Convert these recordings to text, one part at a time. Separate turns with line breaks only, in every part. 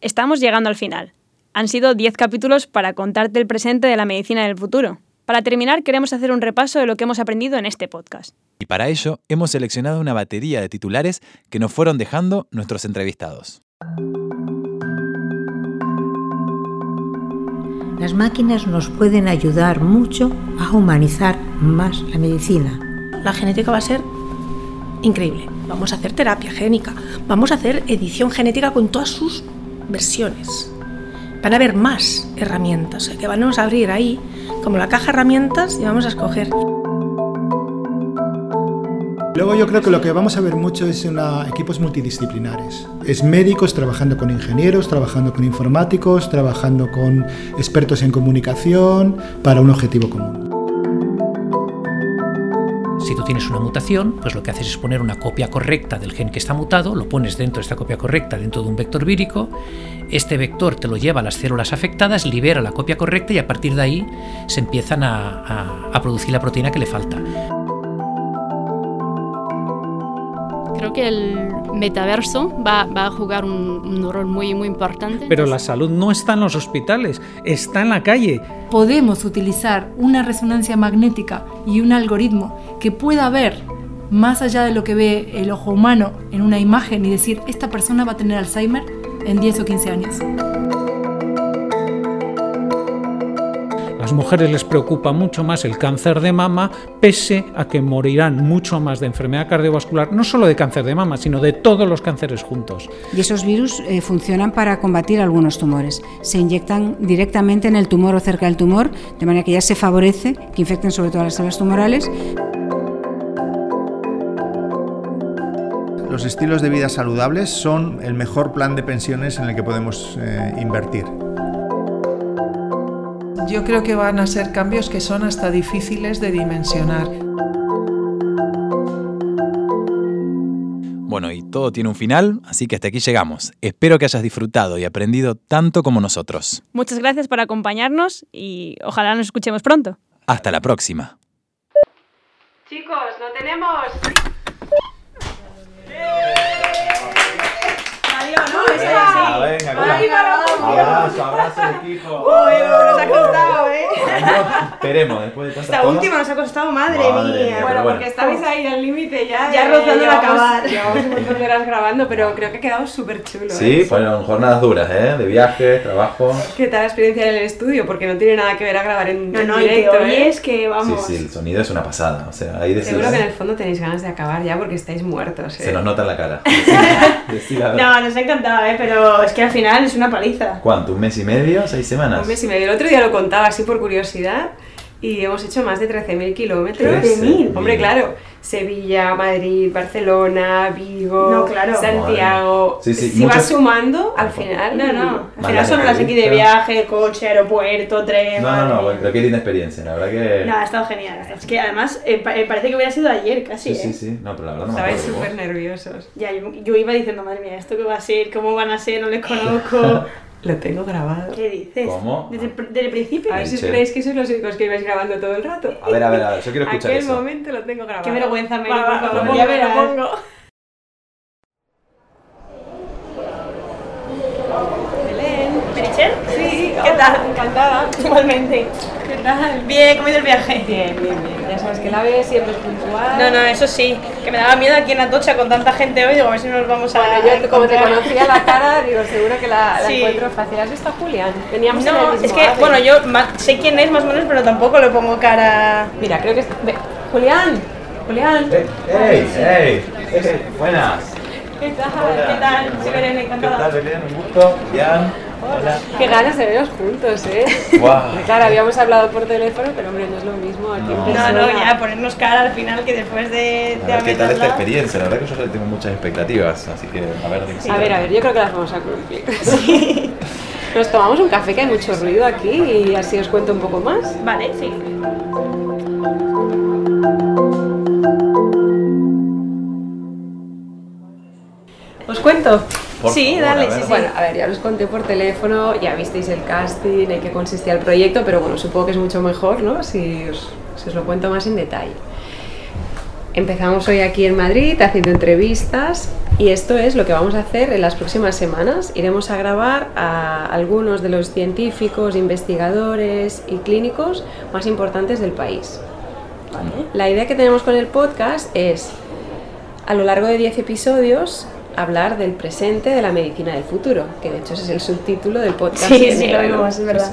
Estamos llegando al final. Han sido 10 capítulos para contarte el presente de la medicina del futuro. Para terminar, queremos hacer un repaso de lo que hemos aprendido en este podcast.
Y para ello hemos seleccionado una batería de titulares que nos fueron dejando nuestros entrevistados.
Las máquinas nos pueden ayudar mucho a humanizar más la medicina.
La genética va a ser increíble. Vamos a hacer terapia génica, vamos a hacer edición genética con todas sus versiones. Van a haber más herramientas eh, que vamos a abrir ahí, como la caja de herramientas, y vamos a escoger.
Luego yo creo que lo que vamos a ver mucho es una, equipos multidisciplinares. Es médicos trabajando con ingenieros, trabajando con informáticos, trabajando con expertos en comunicación para un objetivo común.
Si tú tienes una mutación, pues lo que haces es poner una copia correcta del gen que está mutado, lo pones dentro de esta copia correcta, dentro de un vector vírico, este vector te lo lleva a las células afectadas, libera la copia correcta y a partir de ahí se empiezan a, a, a producir la proteína que le falta.
creo que el metaverso va, va a jugar un, un, rol muy, muy importante.
Pero la salud no está en los hospitales, está en la calle.
Podemos utilizar una resonancia magnética y un algoritmo que pueda ver más allá de lo que ve el ojo humano en una imagen y decir, esta persona va a tener Alzheimer en 10 o 15 años.
las mujeres les preocupa mucho más el cáncer de mama, pese a que morirán mucho más de enfermedad cardiovascular, no solo de cáncer de mama, sino de todos los cánceres juntos.
Y esos virus eh, funcionan para combatir algunos tumores. Se inyectan directamente en el tumor o cerca del tumor, de manera que ya se favorece que infecten sobre todo las células tumorales.
Los estilos de vida saludables son el mejor plan de pensiones en el que podemos eh, invertir.
Yo creo que van a ser cambios que son hasta difíciles de dimensionar.
Bueno, y todo tiene un final, así que hasta aquí llegamos. Espero que hayas disfrutado y aprendido tanto como nosotros.
Muchas gracias por acompañarnos y ojalá nos escuchemos pronto.
Hasta la próxima.
Chicos, lo tenemos.
Ah, venga, venga. Abrazo, abrazo al equipo.
Uy, nos ha costado, ¿eh?
Esperemos, después de tantas
Esta última nos ha costado, madre,
Madre
mía.
mía,
Bueno,
pero
porque
¿eh? bueno.
estabais ahí al límite ya.
Ya
eh,
rozando el
llevamos-
acabar.
Llevamos un montón de horas grabando, pero creo que ha quedado súper chulo.
Sí, fueron jornadas duras, ¿eh? De viaje, trabajo.
¿Qué tal la experiencia en el estudio? Porque no tiene nada que ver a grabar en
No, no, y te
directo.
oyes
¿eh? que
Sí, sí, el sonido es una pasada. O sea, ahí decís,
Seguro que en el fondo tenéis ganas de acabar ya porque estáis muertos. ¿eh?
¿eh? se nos nota en la cara. Decí la verdad.
No, nos ha encantado, ¿eh? pero es que al final es una paliza.
¿Cuánto? ¿Un mes y medio? ¿Seis semanas?
Un mes y medio. El otro día lo contaba así por curiosidad y hemos hecho más de 13.000 kilómetros.
13.000.
Hombre, claro. Sevilla, Madrid, Barcelona, Vigo,
No, claro.
Santiago.
Madre. Sí, sí, Ah,
si
muchas-
vas sumando, al final.
No, no.
Al
Más
final
las
son las aquí de
entrevistas.
viaje, coche, aeropuerto, tren.
No, no, no,
madre
bueno,
mía.
pero qué linda experiencia. La verdad que.
No, ha estado genial. Es que además eh, pa- eh, parece que hubiera sido ayer casi.
sí, sí,
¿eh?
sí. No, pero la verdad no me
Estabais
acuerdo. ¿eh?
súper nerviosos.
Ya, yo, yo iba diciendo, madre mía, ¿esto qué va a ser? ¿Cómo van a ser? No les conozco.
Lo tengo grabado.
¿Qué dices?
¿Cómo? Ah,
Desde, el pr- desde el principio.
A ver si os
Leche.
creéis que sois los únicos que ibais grabando todo el rato.
A ver, a ver, a ver, yo quiero escuchar
Aquel
eso.
momento lo tengo grabado.
Qué vergüenza, Mary,
Va, va,
por
lo
favor,
pongo,
ya
lo
verás.
pongo.
Belén. ¿Merichel?
Sí,
¿Qué tal?
Encantada.
Igualmente.
¿Qué tal?
Bien, ¿cómo ha ido el viaje?
Bien, bien, bien. Ya sabes que la ves siempre es puntual.
No, no, eso sí. Que me daba miedo aquí en Atocha con tanta gente hoy. Digo, a ver si nos vamos a.
Bueno, yo como te
encontrar.
conocía la cara, digo, seguro que la, la
Sí.
encuentro fácil. ¿Has visto a Julián? Veníamos en el
No,
mismo
es que,
ave.
Eh, bueno, yo ma- sé quién es más o menos, pero tampoco le pongo cara.
Mira, creo que... es- ve, Julián, Julián.
Eh, ¡Ey! ¡Ey! ey, ¡Buenas!
¿Qué tal? ¿Qué tal? Sí, Belén,
¿Qué
encantada.
tal, Belén? Un gusto. Bien. Hola.
Qué ganas de veros juntos, ¿eh?
Guau.
Claro, habíamos hablado por teléfono, pero hombre, no es lo mismo aquí
No.
en
No,
persona.
no, ya, ponernos cara al final que después de,
A
de
ver qué tal este esta
habernosla-
experiencia. La verdad que yo ya tengo muchas expectativas, así que a ver de qué se
A ver,
trata.
a ver, yo creo que las vamos a cumplir. Nos tomamos un café, que hay mucho ruido aquí, y así os cuento un poco más.
Vale, sí.
¿Os cuento?
Por
Sí,
favor,
dale,
a ver.
sí, sí.
Bueno, a ver, ya los conté por teléfono, ya visteis el casting, en qué consistía el proyecto, pero bueno, supongo que es mucho mejor, ¿no? Si os, si os lo cuento más en detalle. Empezamos hoy aquí en Madrid haciendo entrevistas Y esto es lo que vamos a hacer en las próximas semanas. Iremos a grabar a algunos de los científicos, investigadores y clínicos más importantes del país. ¿Vale? La idea que tenemos con el podcast es, a lo largo de 10 episodios, hablar del presente de la medicina del futuro, que de hecho ese es el subtítulo del podcast.
Sí,
que
sí,
tiene,
lo
¿no?
vemos, es verdad.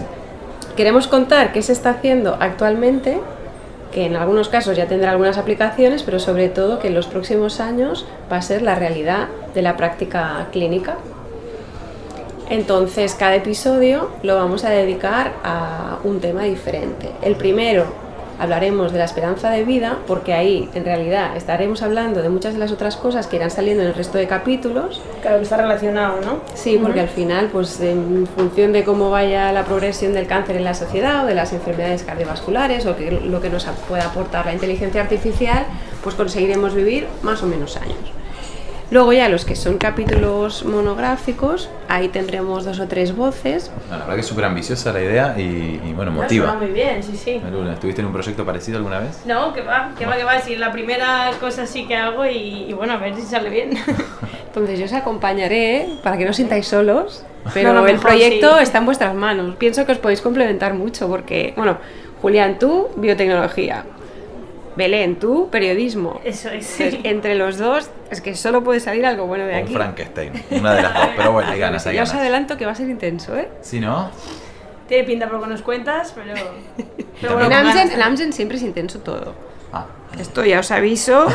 Queremos contar qué se está haciendo actualmente, que en algunos casos ya tendrá algunas aplicaciones, pero sobre todo que en los próximos años va a ser la realidad de la práctica clínica. Entonces, cada episodio lo vamos a dedicar a un tema diferente. El primero hablaremos de la esperanza de vida, porque ahí en realidad estaremos hablando de muchas de las otras cosas que irán saliendo en el resto de capítulos.
Claro, que está relacionado, ¿no?
Sí, porque
Ujú.
al final, pues en función de cómo vaya la progresión del cáncer en la sociedad o de las enfermedades cardiovasculares o que, lo que nos ap- pueda aportar la inteligencia artificial, pues conseguiremos vivir más o menos años. Luego ya los que son capítulos monográficos, ahí tendremos dos o tres voces.
No, la verdad que es súper ambiciosa la idea y, y, bueno, motiva.
muy bien, sí, sí.
Luna, ¿estuviste en un proyecto parecido alguna vez?
No, que va, que va, que va. Si la primera cosa sí que hago y, y bueno, a ver si sale bien.
Entonces yo os acompañaré ¿eh? para que no os sintáis solos, pero
No, no,
el
mejor
proyecto
sí.
está en vuestras manos. Pienso que os podéis complementar mucho porque, bueno, Julián, tú, biotecnología. Belén, tú, periodismo.
Eso es.
entre los dos, es que solo puede salir algo bueno de
O un
aquí.
Frankenstein, una de las dos. Pero bueno, hay ganas, hay
Ya os
ganas.
adelanto que va a ser intenso, ¿eh?
¿Sí, no?
Tiene pinta por lo que nos cuentas, pero. pero
en,
bueno, con
Amgen,
ganas.
en Amgen siempre es intenso todo.
Ah.
Esto ya os aviso.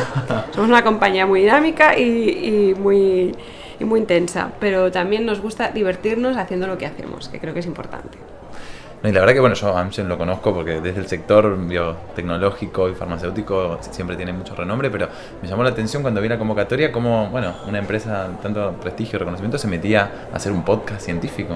Somos una compañía muy dinámica y, y muy, y muy intensa, pero también nos gusta divertirnos haciendo lo que hacemos, que creo que es importante.
No, y la verdad que bueno, yo a Amgen lo conozco porque desde el sector biotecnológico y farmacéutico siempre tiene mucho renombre, pero me llamó la atención cuando vi la convocatoria cómo, bueno, una empresa de tanto prestigio y reconocimiento se metía a hacer un podcast científico.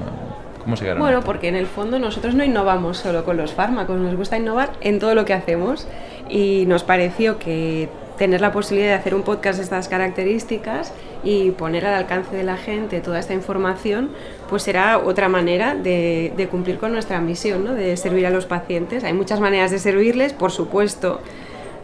¿Cómo llegaron?
Bueno, porque en el fondo nosotros no innovamos solo con los fármacos, nos gusta innovar en todo lo que hacemos y nos pareció que tener la posibilidad de hacer un podcast de estas características y poner al alcance de la gente toda esta información, pues será otra manera de, de cumplir con nuestra misión, ¿no? de servir a los pacientes. Hay muchas maneras de servirles, por supuesto,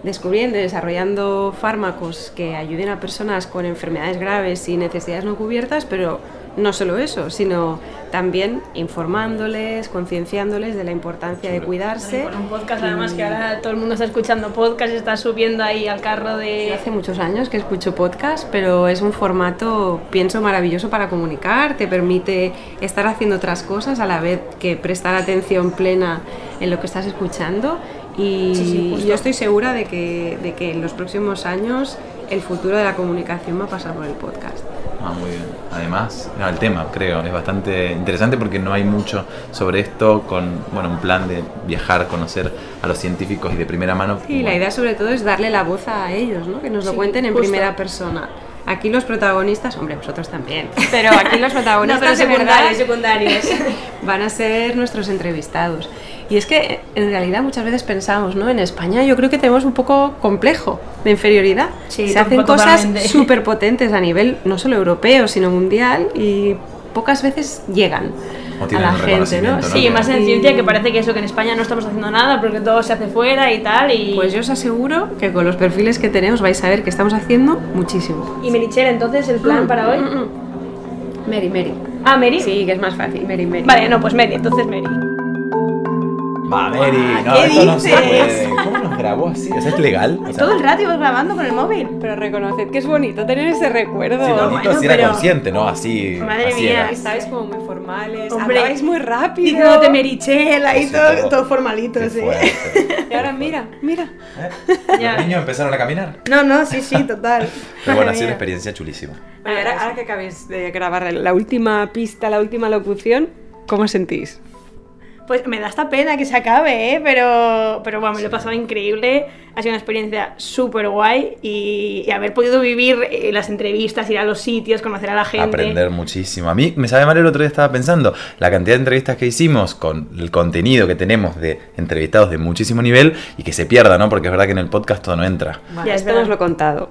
descubriendo y desarrollando fármacos que ayuden a personas con enfermedades graves y necesidades no cubiertas, pero no solo eso, sino también informándoles, concienciándoles de la importancia de
Y
cuidarse.
Con un podcast, además, que ahora todo el mundo está escuchando podcast, está subiendo ahí al carro de.
Eh, Hace muchos años que escucho podcast, pero es un formato, pienso, maravilloso para comunicar, te permite estar haciendo otras cosas a la vez que prestar atención plena en lo que estás escuchando y
Sí, sí, justo.
yo estoy segura de que, de que en los próximos años el futuro de la comunicación va a pasar por el podcast.
Ah, muy bien. Además, no, el tema creo es bastante interesante porque no hay mucho sobre esto con bueno, un plan de viajar, conocer a los científicos y de primera mano.
Sí, la idea sobre todo es darle la voz a ellos, ¿no? que nos lo
Sí,
cuenten en
justo.
primera persona. Aquí los protagonistas, hombre, vosotros también, pero aquí los protagonistas
No, pero
de verdad
secundarios, secundarios.
van a ser nuestros entrevistados. Y es que en realidad muchas veces pensamos, ¿no? En España yo creo que tenemos un poco complejo de inferioridad.
Sí,
Se hacen
to-
cosas
totalmente.
súper potentes a nivel no solo europeo, sino mundial y pocas veces llegan
O
a
tienen
la
un
gente, ¿no?
reconocimiento, ¿no?
Sí, más en
Y-
ciencia que parece que eso, que en España no estamos haciendo nada porque todo se hace fuera y tal. Y,
Pues yo os aseguro que con los perfiles que tenemos vais a ver que estamos haciendo muchísimo.
y Merichel, entonces, el plan
Mm,
para hoy.
Mary, Mary.
Ah, Meri.
Sí, que es más fácil, Mary, Mary.
Vale, no, pues Meri, entonces Meri.
Va, Mary, no,
¿qué
esto no se
dices?
puede. ¿Cómo nos grabó así? O sea, ¿Es legal? O sea,
Todo el rato ibas grabando con el móvil.
Pero reconoced que es bonito tener ese recuerdo.
Sí, no, Nito sí era consciente, ¿no? Así.
Madre
así
mía,
era.
estabais como muy formales,
Hombre,
hablabais muy rápido.
Diciéndote Merichel, ahí
Sí,
todo,
todo-
todo formalitos,
Qué
¿eh?
fuerte.
Y ahora mira, mira.
Los niños empezaron a caminar.
No, no, sí, sí, total.
Pero bueno,
Madre
ha sido una
mía.
experiencia chulísima.
Bueno, ahora, ahora que acabéis de grabar la última pista, la última locución, ¿cómo os sentís?
Pues me da esta pena que se acabe, ¿eh? Pero, pero bueno, me lo he pasado increíble. Ha sido una experiencia súper guay y, y haber podido vivir eh, las entrevistas, ir a los sitios, conocer a la gente.
Aprender muchísimo. A mí me sabe mal el otro día estaba pensando la cantidad de entrevistas que hicimos con el contenido que tenemos de entrevistados de muchísimo nivel y que se pierda, ¿no? Porque es verdad que en el podcast todo no entra.
ya esto nos lo he contado.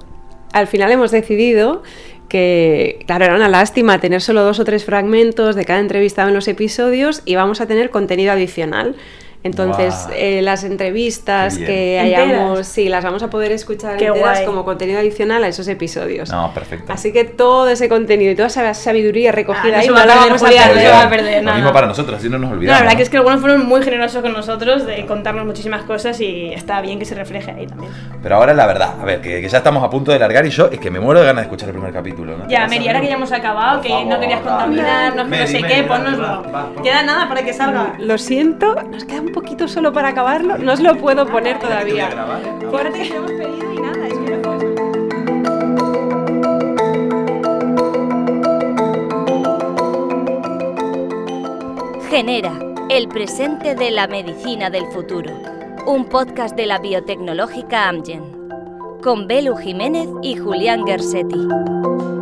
Al final hemos decidido que, claro, era una lástima tener solo dos o tres fragmentos de cada entrevistado en los episodios y vamos a tener contenido adicional. Entonces,
Guau.
eh, las entrevistas
Qué
que
bien.
hayamos,
¿Enteras?
sí, las vamos a poder escuchar
Qué
enteras
guay.
como contenido adicional a esos
Pues
episodios.
No, perfecto.
Así que todo ese contenido y toda esa sabiduría
Ah, no
recogida ahí
se
no
va a
la
perder,
vamos a
Julia, no se
perder.
va a perder.
Lo
no,
mismo
no.
para nosotros, si no nos
No, la
olvidamos.
verdad que es
¿no?
que algunos fueron muy generosos con nosotros de contarnos muchísimas cosas y está bien que se refleje ahí también.
Pero ahora la verdad, a ver, que, que ya estamos a punto de largar y yo es que me muero de ganas de escuchar el primer capítulo. ¿no?
Ya, Meri, ahora que ya hemos acabado, que no querías contaminarnos, que no
Mary,
sé
Mary,
qué,
dale,
ponnoslo. Queda nada para que salga.
Lo siento, nos queda un poquito solo para acabarlo, no os lo puedo poner todavía.
Fuerte que hemos pedido y nada, es que no-
Genera, el presente de la medicina del futuro. Un podcast de la biotecnológica Amgen. Con Belu Jiménez y Julián Gersetti.